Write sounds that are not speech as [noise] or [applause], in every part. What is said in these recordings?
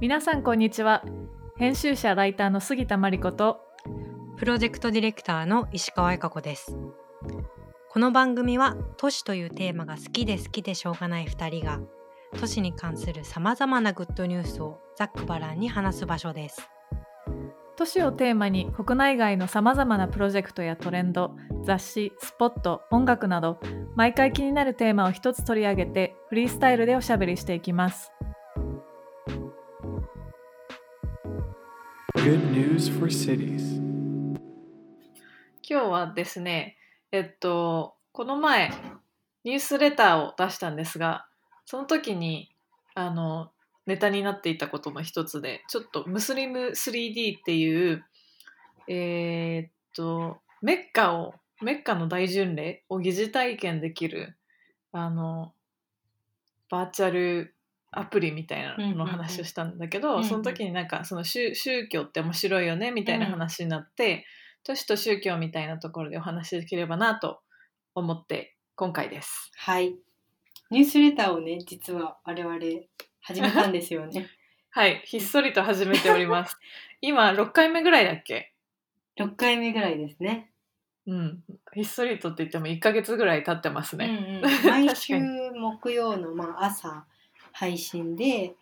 皆さんこんにちは編集者ライターの杉田真理子とプロジェクトディレクターの石川恵香子ですこの番組は都市というテーマが好きで好きでしょうがない2人が都市に関するさまざまなグッドニュースをざっくばらんに話す場所です都市をテーマに国内外のさまざまなプロジェクトやトレンド雑誌スポット音楽など毎回気になるテーマを一つ取り上げてフリースタイルでおしゃべりしていきます。 Good news for cities. 今日はですねえっとこの前ニュースレターを出したんですがその時にあのネタになっていたことの一つでちょっとムスリム 3D っていうえーっとメッカをメッカの大巡礼を疑似体験できるあのバーチャルアプリみたいなのの話をしたんだけど、うんうんうんその時になんかその宗宗教って面白いよねみたいな話になって、都市と宗教みたいなところでお話しできればなと思って今回です。はい。ニュースレターをね、実は我々始めたんですよね。 [laughs] はい、ひっそりと始めております。今6回目ぐらいだっけ6回目ぐらいですね。うん、ひっそりとって言っても1ヶ月ぐらい経ってますね。うんうん、毎週木曜のまあ朝配信で、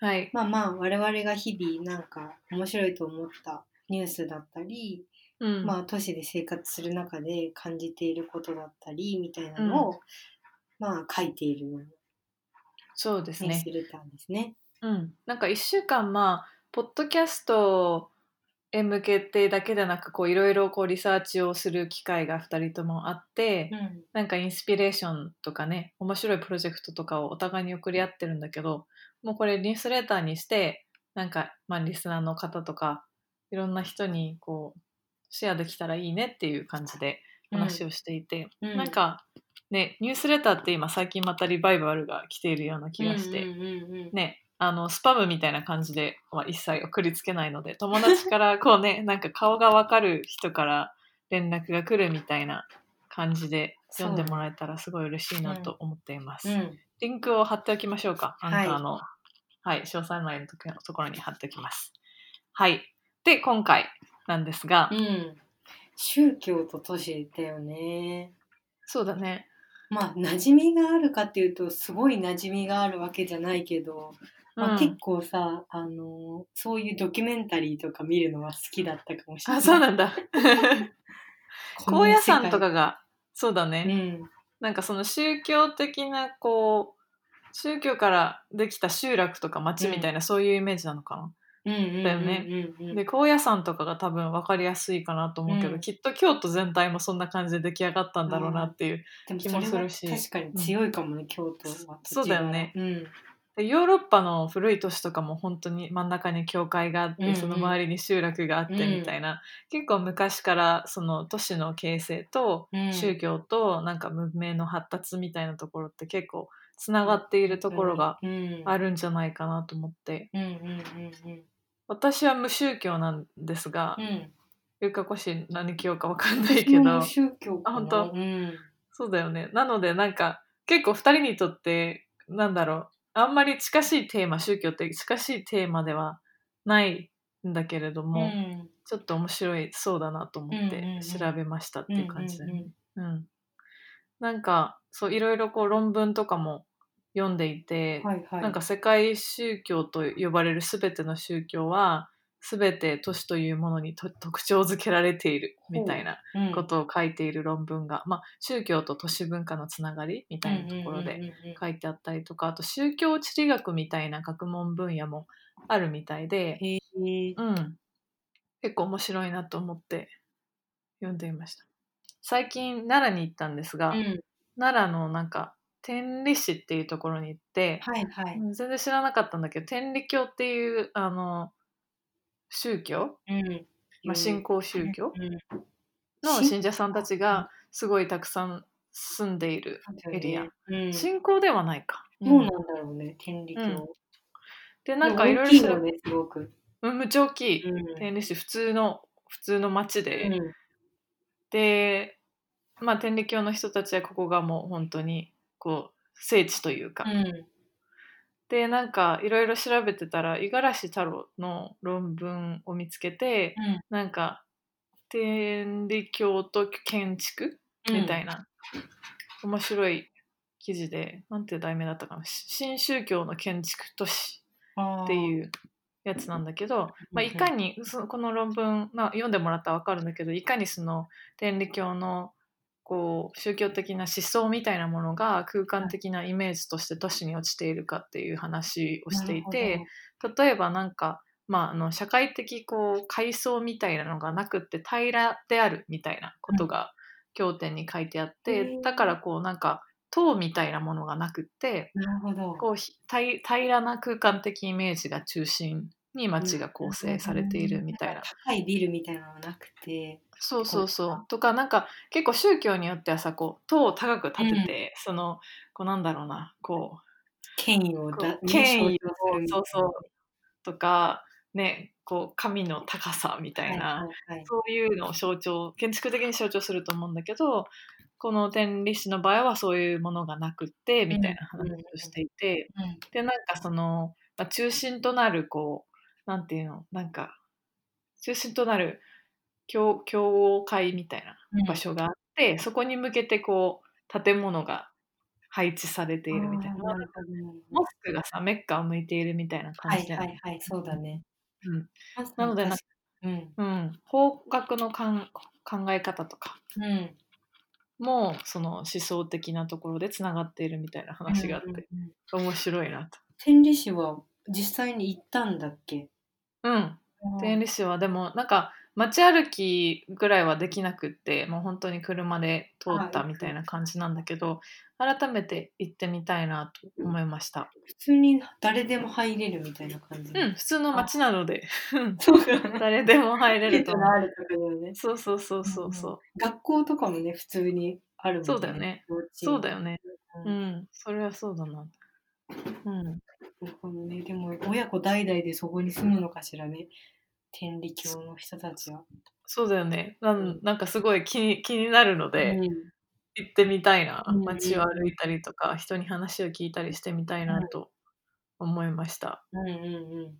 はい、まあまあ我々が日々なんか面白いと思ったニュースだったり、うん、まあ都市で生活する中で感じていることだったりみたいなのを、まあ書いているニそうですューねス。レターですね。うん、なんか1週間まあポッドキャストへ向けてだけでなくこういろいろこうリサーチをする機会が2人ともあって、うんなんかインスピレーションとかね面白いプロジェクトとかをお互いに送り合ってるんだけどもうこれニュースレターにしてなんか、まあ、リスナーの方とかいろんな人にこうシェアできたらいいねっていう感じで話をしていて、うんなんかねニュースレターって今最近またリバイバルが来ているような気がして、うんうんうんうんねあのスパムみたいな感じでは一切送りつけないので友達からこうね [laughs] なんか顔がわかる人から連絡が来るみたいな感じで読んでもらえたらすごい嬉しいなと思っています、うんリンクを貼っておきましょうかアンはいカーの、はい詳細欄のとこところに貼っておきますはいで今回なんですが、うん、宗教と都市だよね。そうだねまあ馴染みがあるかっていうとすごい馴染みがあるわけじゃないけど、まあうん結構さあのそういうドキュメンタリーとか見るのは好きだったかもしれなあい。そうなん [laughs] だ [laughs] この高野世界山とかがそうだね、うんなんかその宗教的なこう宗教からできた集落とか町みたいな、そういうイメージなのかうんうんうんうんうんだよねな。で高野山とかが多分分かりやすいかなと思うけど、うんきっと京都全体もそんな感じで出来上がったんだろうなっていう、でも気もすそれるは確しかに強いかもね、京都はそそうだよね土地柄でヨーロッパの古い都市とかも本当に真ん中に教会があって、うんうんその周りに集落があってみたいな、結構昔からその都市の形成とうん宗教となんか文明の発達みたいなところって結構つながっているところがうんうんあるんじゃないかなと思って。うんうんうん私は無宗教なんですがう、んうんゆかこし何教かわかんない私けもど、宗教かなあ本当うんそうだよね。なのでなんか結構2人にとってなんだろう、あんまり近しいテーマ、宗教って近しいテーマではないんだけれどうも、んちょっと面白いそうだなと思っうんうんうてん調べましたっていう感じだね。うんうんうんうん、なんかそういろいろこう論文とかも読んでいて、はいはいなんか世界宗教と呼ばれる全ての宗教は全て都市というものにと特徴づけられているうみたいなうんことを書いている論文が、まあ、宗教と都市文化のつながりみたいなところうんでうんうんうん書いてあったりとかあと宗教地理学みたいな学問分野もあるみたいで、へーうん、結構面白いなと思って読んでいました。最近奈良に行ったんですが、うん奈良のなんか天理市っていうところに行って、はいはいうん全然知らなかったんだけど天理教っていうあの宗教、うんまあ、信仰宗教うんの信信者さんたちがすごいたくさん住んでいるエリア、うん、そう信仰ではないか、なんうんだろうね天理教、うんでなんかいろ大いきいろよ調べねすごく、うんむっちゃ大きい、うん天理市普通の普通の町で、うんでまあ天理教の人たちはここがもう本当にこう聖地というか、うんでなんかいろいろ調べてたら五十嵐太郎の論文を見つけて、うんなんか天理教と建築みたいな、面白い記事でなんていう題名だったかなし新宗教の建築都市なっていうやつなんだけど、まあ、いかにそのこの論文、まあ、読んでもらったら分かるんだけどいかにその天理教のこう宗教的な思想みたいなものが空間的なイメージとして都市に落ちているかっていう話をしていて、例えばなんか、まあ、あの社会的こう階層みたいなのがなくって平らであるみたいなことが経典に書いてあって、うんだからこうなんか塔みたいなものがなくって、なるほど。こうひ平平らな空間的イメージが中心に街が構成されているみたいな。高いビルみたいなのはなくて、そうそうそう。とかなんか結構宗教によってはさこう塔を高く建てて、そのこうなんだろうなこ権威をうだこう権象徴威をするみたいそうなそうとかねこう神の高さみたいな、はいはいはいそういうのを象徴建築的に象徴すると思うんだけどこの天理師の場合はそういうものがなくってみたいな話をしていて。うんでなんかその、まあ、中心となるこうなんていうのなんか中心となる共共応会みたいな場所があって、そこに向けてこう建物が配置されているみたいなあーなるほどなるほモスクがさメッカを向いているみたいなどは感じいで、はいはい、そうだね。うんまさになので確かうん。うん、方角のかん考え方とかうん。もその思想的なところでつながっているみたいな話があって、うんうんうん面白いなと。天理師は実際に行ったんだっけうん天理市はでもなんか街歩きぐらいはできなくってもう本当に車で通ったみたいな感じなんだけど改めて行ってみたいなと思いました普通に誰でも入れるみたいな感じ。うん普通の街なのでそう [laughs] だね。誰でも入れると [laughs] 思うあるとこだよね。そうそうそうそうそう学校とかもね、普通にあるもんそうだよね。幼稚園そうだよねううんんそれはそうだなうんなるほどね。でも、親子代々でそこに住むのかしらね。天理教の人たちは。そうだよねなんなんかすごい気に気になるので、うん行ってみたいなうんうん街を歩いたりとか人に話を聞いたりしてみたいなと思いました、うんうん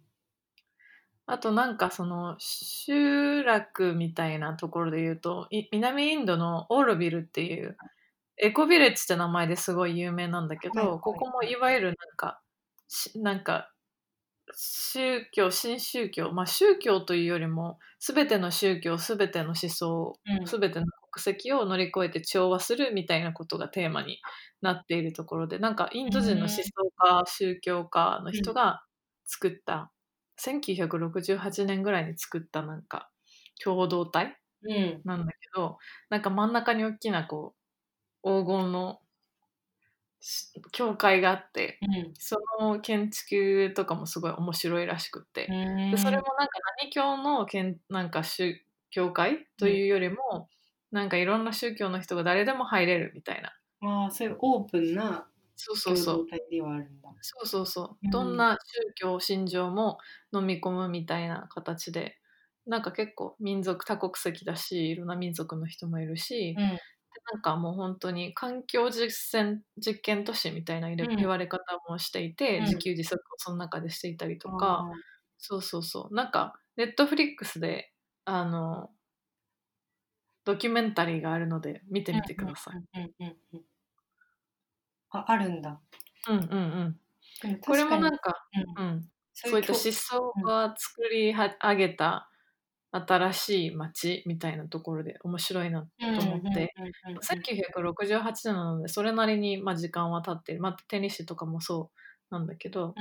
あとなんかその集落みたいなところで言うとい南インドのオールビルっていうエコビレッジって名前ですごい有名なんだけど、はいはいここもいわゆるなんかしなんか宗教新宗教まあ宗教というよりも全ての宗教全ての思想うん。うん全ての国籍を乗り越えて調和するみたいなことがテーマになっているところでなんかインド人の思想家宗教家の人が作った1968年ぐらいに作ったなんか共同体うん。なんだけどなんか真ん中に大きなこう黄金のし教会があってうんその建築とかもすごい面白いらしくって。でそれもなんか何教のけんなんか宗教会というよりも、なんかいろんな宗教の人が誰でも入れるみたいなああ、そういうオープンなそうそ共うそう同体ではあるんだ。そうそうそううんどんな宗教信条も飲み込むみたいな形でなんか結構民族多国籍だしいろんな民族の人もいるし、うんなんかもう本当に環境実践実験都市みたいな入れうん言われ方もしていて、うん自給自足をその中でしていたりとか。そうそうそう。なんか、ネットフリックスで、あの、ドキュメンタリーがあるので、見てみてください。い。うんうんうんあ、あるんだ。うんうんうん。でも確かにこれもなんか、うんうん、そそういった教思想が作りは上げた新しい街みたいなところで面白いなと思って、うんうんうんうんうん1968年なので、それなりに、まあ、時間は経ってる。まあ、テニスとかもそうなんだけど、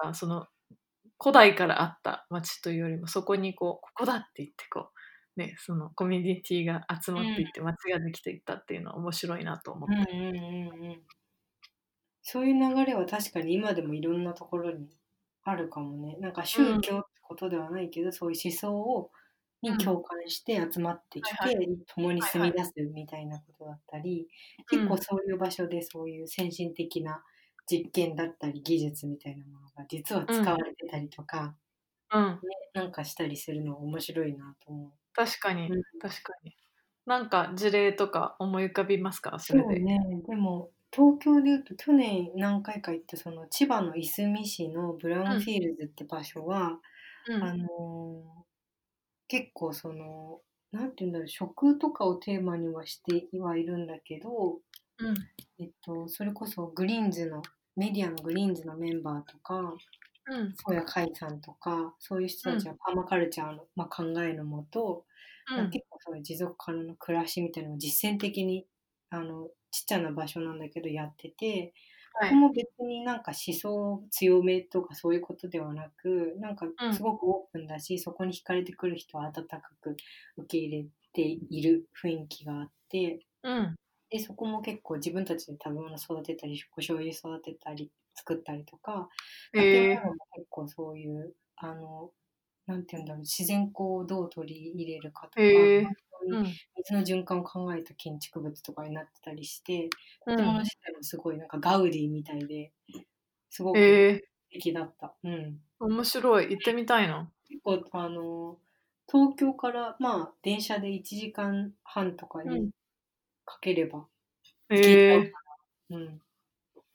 なんかその古代からあった町というよりもそこにこうここだって言ってこうねそのコミュニティが集まっていって町ができていったっていうのは面白いなと思って、うんうんうんうんそういう流れは確かに今でもいろんなところにあるかもね。なんか宗教ってことではないけど、そういう思想をに共感して集まってきて、はい共に住み出すみたいなことだったり、うん結構そういう場所でそういう先進的な実験だったり技術みたいなものが実は使われてたりとか、うん、なんかしたりするの面白いなと思確かにう。うん確かになんか事例とか思い浮かびますかそそれうでね、でも東京でいうと去年何回か行ったその千葉のいすみ市のブラウンフィールズって場所は、うんあのー結構そのなんて言うんだろう食とかをテーマにはしてはいるんだけど、うんえっと、それこそグリーンズのメディアのグリーンズのメンバーとかうん宗谷海さんとかそういう人たちはパーマカルチャーの、まあ、考えのもと、うん結構そういう持続可能な暮らしみたいなのを実践的にあのちっちゃな場所なんだけどやってて、はいここも別になんか思想強めとかそういうことではなくなんかうんすごくオープンだし、そこに惹かれてくる人は温かく受け入れている雰囲気があってうんでそこも結構自分たちで食べ物育てたりお醤油育てたり作ったりとか建えー物も結構そういう、あの、なんていうんだろう、自然光をどう取り入れるかとか、へー本当にうん水の循環を考えた建築物とかになってたりして、うん建物自体もすごいなんかガウディみたいで、すごく素えー敵だった。うん。面白い行ってみたいな結構、あの、東京から、まあ、電車で1時間半とかうんにかければ、えー聞いたうん。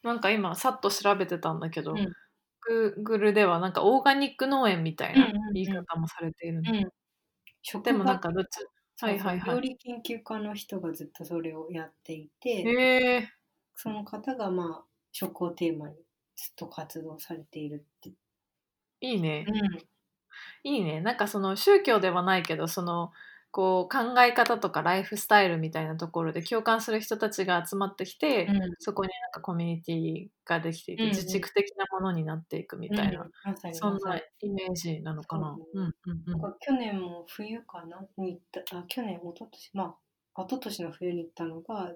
なんか今さっと調べてたんだけど、うん Google ではなんかオーガニック農園みたいなうんうんうん言い方もされているの、うん食でもなんがかどっちはいはいそうそう料はい理研究家の人がずっとそれをやっていて、へえその方がまあ食をテーマにずっと活動されているって。いいねうんいいねなんかその宗教ではないけどそのこう考え方とかライフスタイルみたいなところで共感する人たちが集まってきて、うんそこになんかコミュニティができていて、うんうん自治区的なものになっていくみたいな、うんまさにそんまさなにイメージなのかな。そうだうんねうんうんなんか去年も冬かなに行ったあ去年一昨年まあ一昨年の冬に行ったのが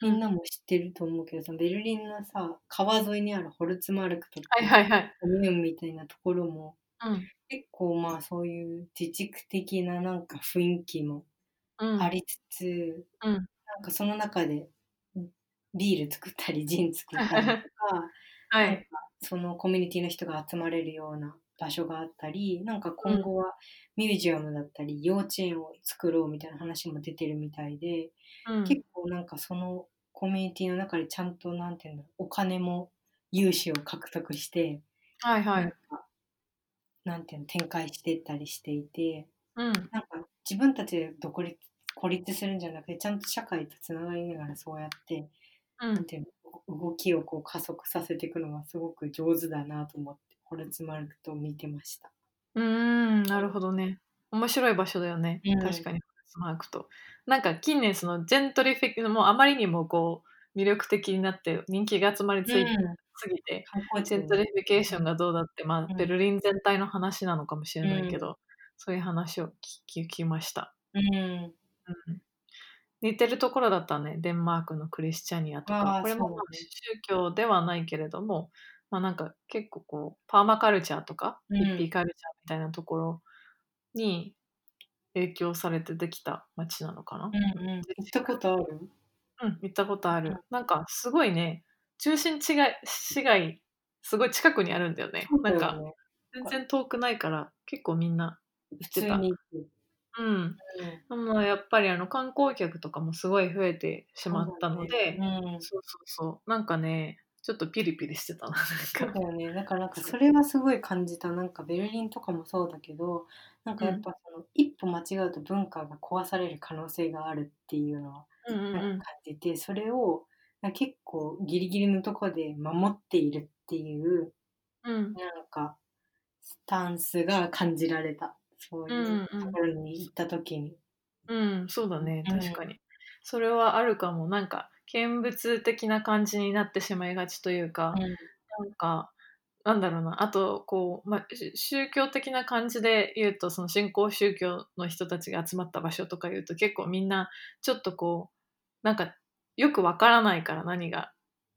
みんなも知ってると思うけどさベルリンのさ川沿いにあるホルツマルクとかはいはいはい。ミュンみたいなところもうん結構まあそういう自治区的ななんか雰囲気もうんありつつ、うんなんかその中でビール作ったりジン作ったりとかはい。そのコミュニティの人が集まれるような場所があったりなんか今後はミュージアムだったり幼稚園を作ろうみたいな話も出てるみたいで、うん結構なんかそのコミュニティの中でちゃんとなんていうんだろうお金も融資を獲得してはいはい。なんていうの展開していったりしていてうなんんか自分たちで独立孤立するんじゃなくてちゃんと社会とつながりながらそうやってうなんんていうの動きをこう加速させていくのがすごく上手だなと思ってホルツマルクと見てました。うーんなるほどね面白い場所だよね、うん確かにマークとなんか近年そのジェントリフィックもうあまりにもこう魅力的になって人気が集まりつい、すぎて観光ジ地ェントリフィケーションがどうだって、まうあ、んベルリン全体の話なのかもしれないけど、そういう話を聞聞きました、うん、うん似てるところだったねデンマークのクリスチャニアとあかーこれもそうだまあね宗教ではないけれども、まあ、なんか結構こうパーマカルチャーとかうんヒッピーカルチャーみたいなところに影響されてできた街なのかなう、んうん、行ったことあるうん、行ったことある、うんなんかすごいね中心地が市街すごい近くにあるんだよねなそんかうだよね全然遠くないから結構みんな普てた通に行く、うんでもやっぱりあの観光客とかもすごい増えてしまったのでうん、そそうそうそうなんかねちょっとピリピリしてたななうんだかよねだからなんかそれはすごい感じたなんかベルリンとかもそうだけどなんかやっぱその、一歩間違うと文化が壊される可能性があるっていうのはうんうなんんかうん感じて、それをなんか結構ギリギリのとこで守っているっていううんなんかスタンスが感じられたそういううんうんところに行った時に。うん、そうだね、うん確かに。それはあるかも、なんか見物的な感じになってしまいがちというか、うんなんか、なんだろうな、あと、こう、まあ、し宗教的な感じで言うと、その新興宗教の人たちが集まった場所とか言うと、結構みんな、ちょっとこう、なんか、よくわからないから何が、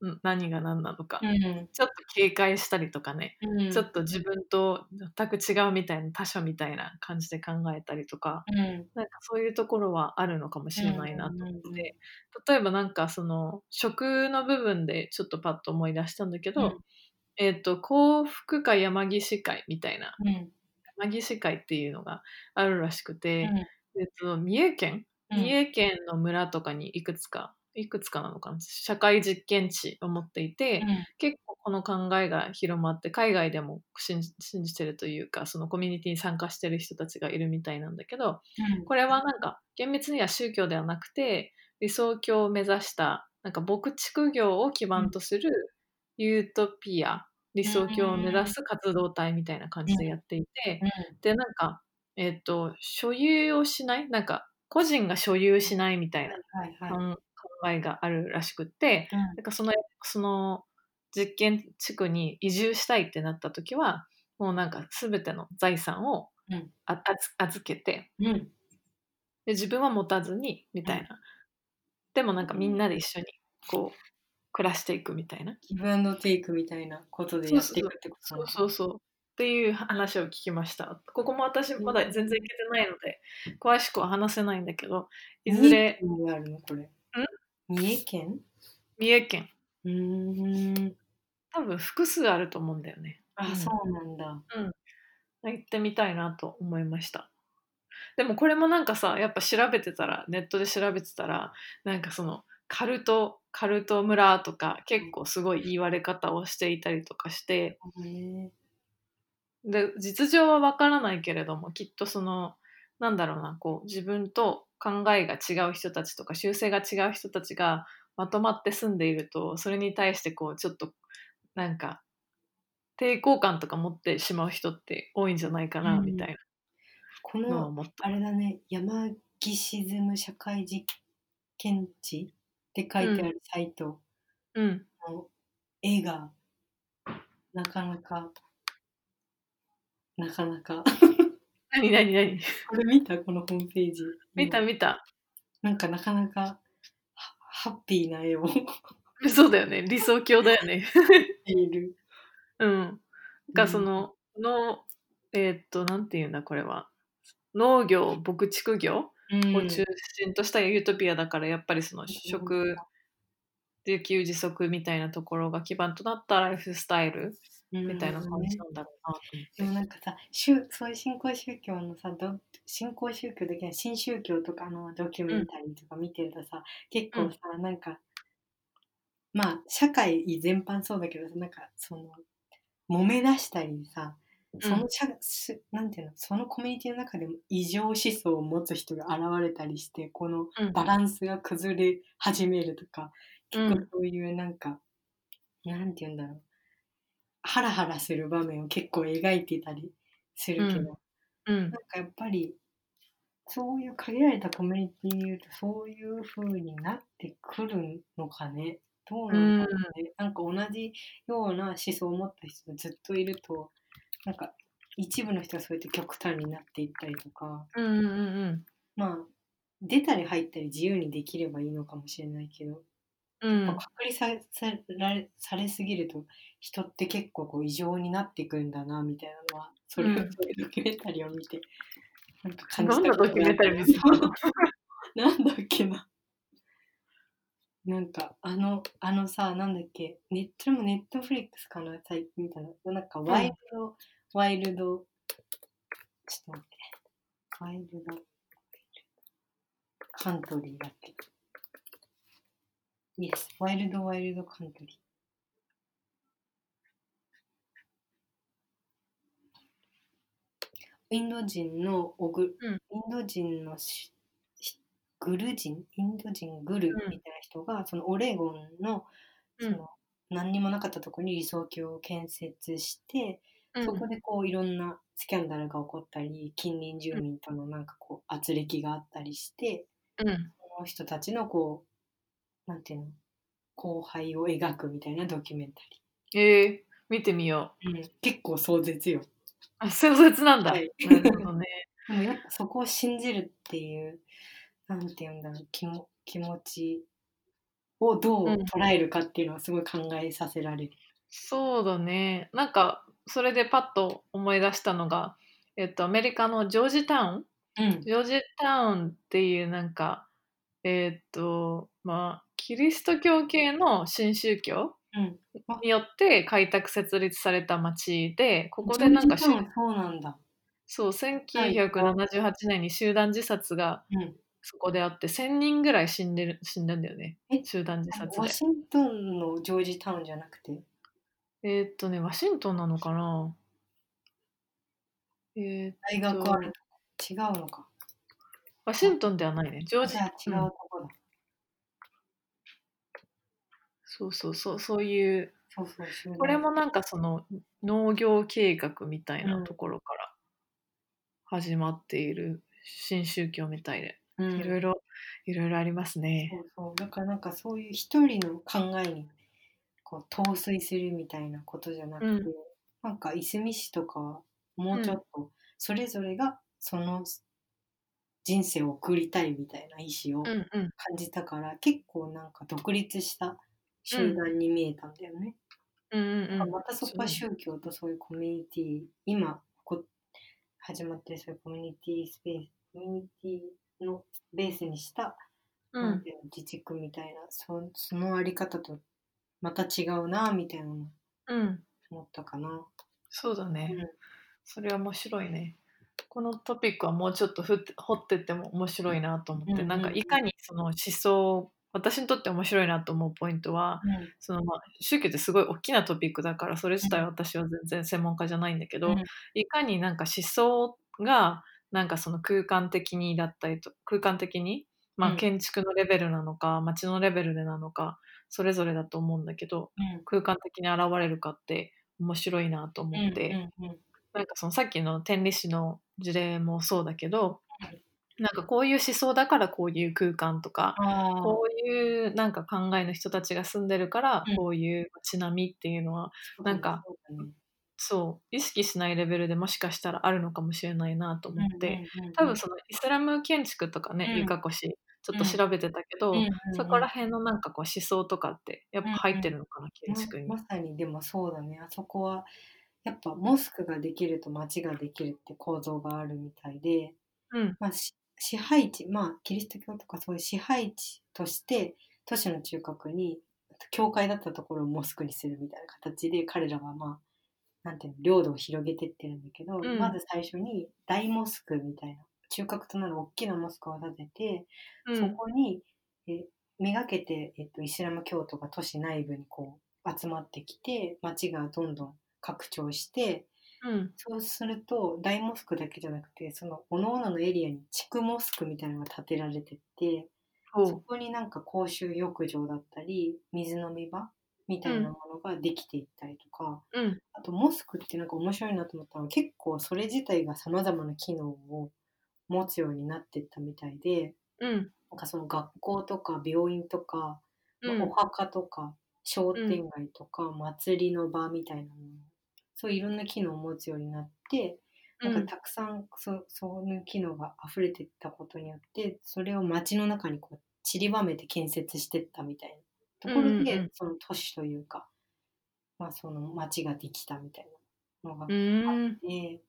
ん何が何なのか、うんちょっと警戒したりとかね、うんちょっと自分と全く違うみたいな、他者みたいな感じで考えたりとか、うんなんかそういうところはあるのかもしれないなと思って、うんうんうん例えばなんかその食の部分でちょっとパッと思い出したんだけど、うんえっ、と幸福会山岸会みたいなうん山岸会っていうのがあるらしくうて、んえっと三重県、うん三重県の村とかにいくつかいくつかなのかな社会実験値を持っていて、結構この考えが広まって海外でも信じ信じてるというかそのコミュニティに参加してる人たちがいるみたいなんだけどうんこれはなんか厳密には宗教ではなくて理想郷を目指したなんか牧畜業を基盤とするユートピア理想郷を目指す活動体みたいな感じでやっていてでなんかえっと所有をしないなんか個人が所有しないみたいなはいはい。考えがあるらしくってうんなんかそのその実験地区に移住したいってなった時はもうなんか全ての財産をうんあ預預けて、うんで自分は持たずにみたいな、でもなんかみんなで一緒にこう暮らしていくみたいな、ギブアンドテイクみたいなことでやっていくってことそうそうそうっていう話を聞きましたここも私まだ全然いけてないので詳しくは話せないんだけどいずれ三重県にあるのこれ。三重県三重県うーん。多分複数あると思うんだよねうあ、んそうなんだ。行ってみたいなと思いましたでもこれもなんかさやっぱ調べてたらネットで調べてたらなんかそのカルトカルト村とか結構すごい言われ方をしていたりとかして、ねで実情はわからないけれどもきっとそのなんだろうなこう自分と考えが違う人たちとか習性が違う人たちがまとまって住んでいるとそれに対してこうちょっとなんか抵抗感とか持ってしまう人って多いんじゃないかなうんみたいこなのをの思った。あれだね山岸ズム社会実験地って書いてあるサイトうん、の絵がなかなかなかなか何何何これ見たこのホームページ見た今見た [laughs] なんかなかなかハハッピーな絵を [laughs] そうだよね理想郷だよね。 [laughs] いるうん。なんかその、のえーっとなんていうんだこれは農業牧畜業、うんを中心としたユートピアだからやっぱりその食自給自足みたいなところが基盤となったライフスタイルみたいな感じなんだろうなとでもなんかさ宗そういう信仰宗教のさど信仰宗教だけじゃない新宗教とかのドキュメンタリーとか見てるとさ、結構さ、なんかまあ社会全般そうだけどさなんかその揉め出したりさその社、すなんていうのそのコミュニティの中でも異常思想を持つ人が現れたりしてこのうんバランスが崩れ始めるとか、うん結構そういうなんか、なんて言うんだろうハラハラする場面を結構描いてたりするけど、うんなんかうんやっぱりそういう限られたコミュニティにいるとそういう風になってくるのかねどうなんだろうね、なんか同じような思想を持った人がずっといるとなんか一部の人がそうやって極端になっていったりとかうんうんうんまあ出たり入ったり自由にできればいいのかもしれないけどうんうん隔離されされされすぎると人って結構こう異常になっていくんだなみたいなのはそれをうんそういうドキュメンタリーを見て、なんか感じ何たのことドキュメンタリー見がたあったなんだっけななんかあのあのさなんだっけネットでもネットフリックスかな最近みたいななんかワイルド、ワイルドちょっと待ってワイルドカントリーだっけ Yes ワイルドワイルドカントリーインド人のおぐ、うんインド人のししグル人インド人グルみたいな人が、そのオレゴンのうそんの何にもなかったところに理想郷を建設して、そこでこういろんなスキャンダルが起こったり近隣住民とのなんかこう圧力があったりしてうんその人たちのこうなんていうの後輩を描くみたいなドキュメンタえー、見てみようリー、結構壮絶よあ小説なんだ、はい [laughs] なるほどねでもやっぱそこを信じるっていう、なんていうんだろう、気も気持ちをどううん捉えるかっていうのはすごい考えさせられる。そうだねなんかそれでパッと思い出したのがえっとアメリカのジョージタウンうん。ジョージタウンっていうなんかえーっとまあキリスト教系の新宗教うん。あによって開拓設立された町でここでなんかジョージタウンそうなんだ。そう1978年に集団自殺がうん。そこであって1000人ぐらい死んでる死んだんだよねえ集団自殺ワでシントンのジョージタウンじゃなくてえーっとねワシントンなのかなえー大学あると違うのかワシントンではないねジョージじゃあ違ううんとこだ、そうそうそうそういうそうそう集団これもなんかその農業計画みたいなところから始まっている新宗教みたいで、うんいろいろいろいろありますそね。うそうだからなんかそういう一人の考えにこう陶酔するみたいなことじゃなくて、うんなんかいすみ市とかはもうちょっとそれぞれがその人生を送りたいみたいな意思をう感んうん、じたから、結構なんか独立した集団に見えたんだよね。うんうんうんまたそこは宗教とそういうコミュニティ今こ始まってるそういうコミュニティスペースコミュニティのベースにしたうなんんていうの自治区みたいなそそのあり方とまた違うなみたいなのうん、思ったかな。そうだね、うんそれは面白いね。このトピックはもうちょっとふって掘ってっても面白いなと思って、うんうんなんかいかにその思想私にとって面白いなと思うポイントは、そのまあ宗教ってすごい大きなトピックだからそれ自体私は全然専門家じゃないんだけど、うんいかになんか思想がなんかその空間的にだったりと空間的に、まうあ、ん建築のレベルなのか街のレベルでなのかそれぞれだと思うんだけど空間的に現れるかって面白いなと思って、なんかそのさっきの天理師の事例もそうだけどなんかこういう思想だからこういう空間とか、こういうなんか考えの人たちが住んでるから、うんこういう街並みっていうのはなんかそう意識しないレベルでもしかしたらあるのかもしれないなと思って、多分そのイスラム建築とかね、うんゆかこしちょっと調べてたけど、そこら辺のなんかこう思想とかってやっぱ入ってるのかな、建築に。まさにでもそうだねあそこはやっぱモスクができると町ができるって構造があるみたいで、うんまあ、し支配地まあキリスト教とかそういう支配地として都市の中核に教会だったところをモスクにするみたいな形で彼らはまあなんていうの領土を広げてってるんだけど、んまず最初に大モスクみたいな中核となる大きなモスクを建てて、うんそこにえめがけて、えっと、イスラム教徒が都市内部にこう集まってきて町がどんどん拡張してうんそうすると大モスクだけじゃなくてその各々のエリアに地区モスクみたいなのが建てられてってそそうこになんか公衆浴場だったり水飲み場みたいなものができていったりとか、うんあとモスクってなんか面白いなと思ったのは結構それ自体がさまざまな機能を持つようになっていったみたいでうんなんかその学校とか病院とか、まあうんお墓とか商店街とか祭りの場みたいなもの、そういろんな機能を持つようになって、なんかたくさんそそういう機能が溢れてったことによってそれを街の中にこう散りばめて建設してったみたいなところで、うんうんうんその都市というか、まあ、その街ができたみたいなのがあっうて、ん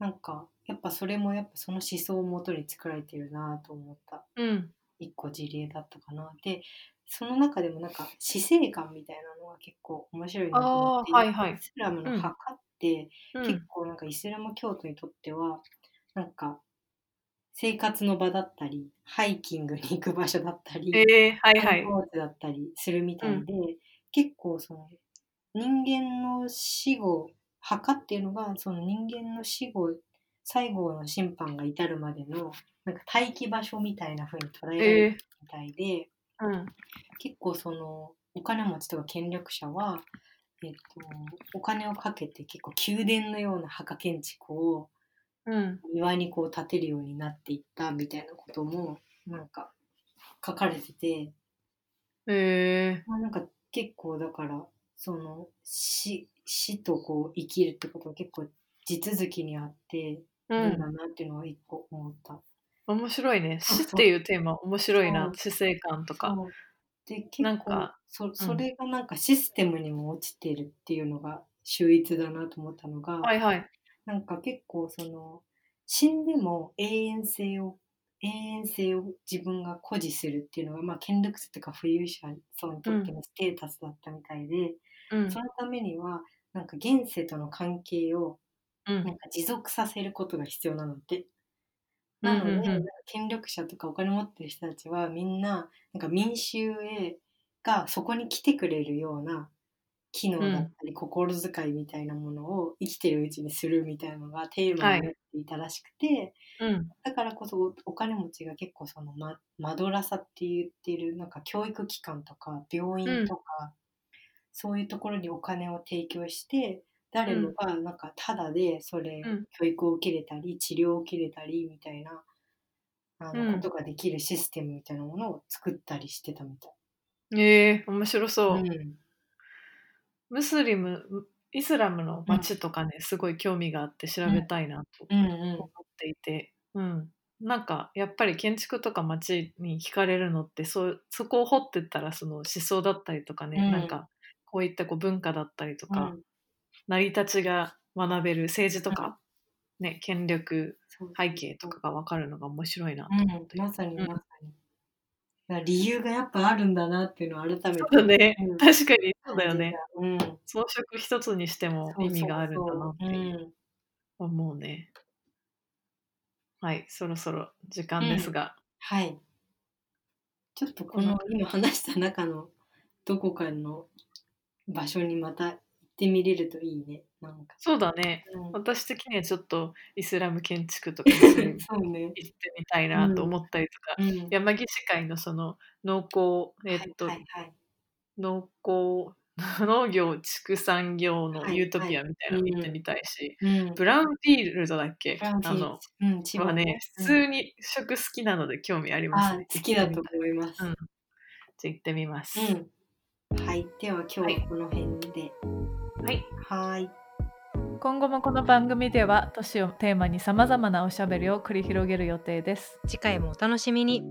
なんかやっぱそれもやっぱその思想をもとに作られてるなと思った。うん一個事例だったかなでその中でもなんか死生観みたいなのが結構面白いなと思って、あーはいはいイスラムの墓って、うん結構なんかイスラム教徒にとってはなんか生活の場だったりハイキングに行く場所だったり、えー、はいは観い。光地だったりするみたいで、結構その人間の死後墓っていうのがその人間の死後最後の審判が至るまでのなんか待機場所みたいな風に捉えられてえみたいでー、うん結構そのお金持ちとか権力者は、えっと、お金をかけて結構宮殿のような墓建築をうん庭にこう建てるようになっていったみたいなこともなんか書かれててえまあ、なんか結構だからその死死とこう生きるってことは結構地続きにあってー、うるんんだなっていうのは一個思った。面白いね死っていうテーマ面白いな死生観とかそうでなん結構かそそれがなんかシステムにも落ちてるっていうのが秀逸だなと思ったのが、はいはいなんか結構その死んでも永遠性を永遠性を自分が誇示するっていうのが、まあ、権力者とか富裕者層にとってのステータスだったみたいで、うんそのためにはなんか現世との関係をうなんんか持続させることが必要なので、なので、うんうんうんなんか権力者とかお金持ってる人たちはみんななんか民衆へがそこに来てくれるような機能だったり、心遣いみたいなものを生きてるうちにするみたいなのがテーマになっていたらしくて、うんだからこそおお金持ちが結構そのママドラサって言ってるなんか教育機関とか病院とか、そういうところにお金を提供して誰もがなんかタダでそれ、うん教育を受けれたり治療を受けれたりみたいなあの、うんことができるシステムみたいなものを作ったりしてたみたい。えー、面白そう、うんムスリムイスラムの街とかね、すごい興味があって調べたいなとうん思っていて、うん、なんかやっぱり建築とか街に惹かれるのってそうそこを掘ってったらその思想だったりとかね、うんなんかこういったこう文化だったりとうんか、成り立ちが学べる政治とか、ね、権力そう背景とかが分かるのが面白いなとう思っんて。まさにうんまさに、だから理由がやっぱあるんだなっていうのを改めてそうだね、うん確かにそうだよね。感じたうん装飾一つにしても意味があるんだなっていううん思うね。はい、そろそろ時間ですが、はい。ちょっとこの今話した中のどこかの場所にまた行ってみれるといいね。なんか。そうだね。うん私的にはちょっとイスラム建築とかそういうのそうね。行ってみたいなと思ったりとか、うん、山岸会のその農耕、えっと、はいはい農耕 [laughs] 農業畜産業はのいユートピアみたいなのはい行ってみたいし、はい、うん。ブラウンフィールドだっけランフィあーのうん、千葉はのね、普通に食好きなので興味ありうんますあね。好きだと思います。うんじゃあ行ってみます。うん。はい。では今日はこの辺で。はい。はーい。今後もこの番組では都市をテーマにさまざまなおしゃべりを繰り広げる予定です次回もお楽しみに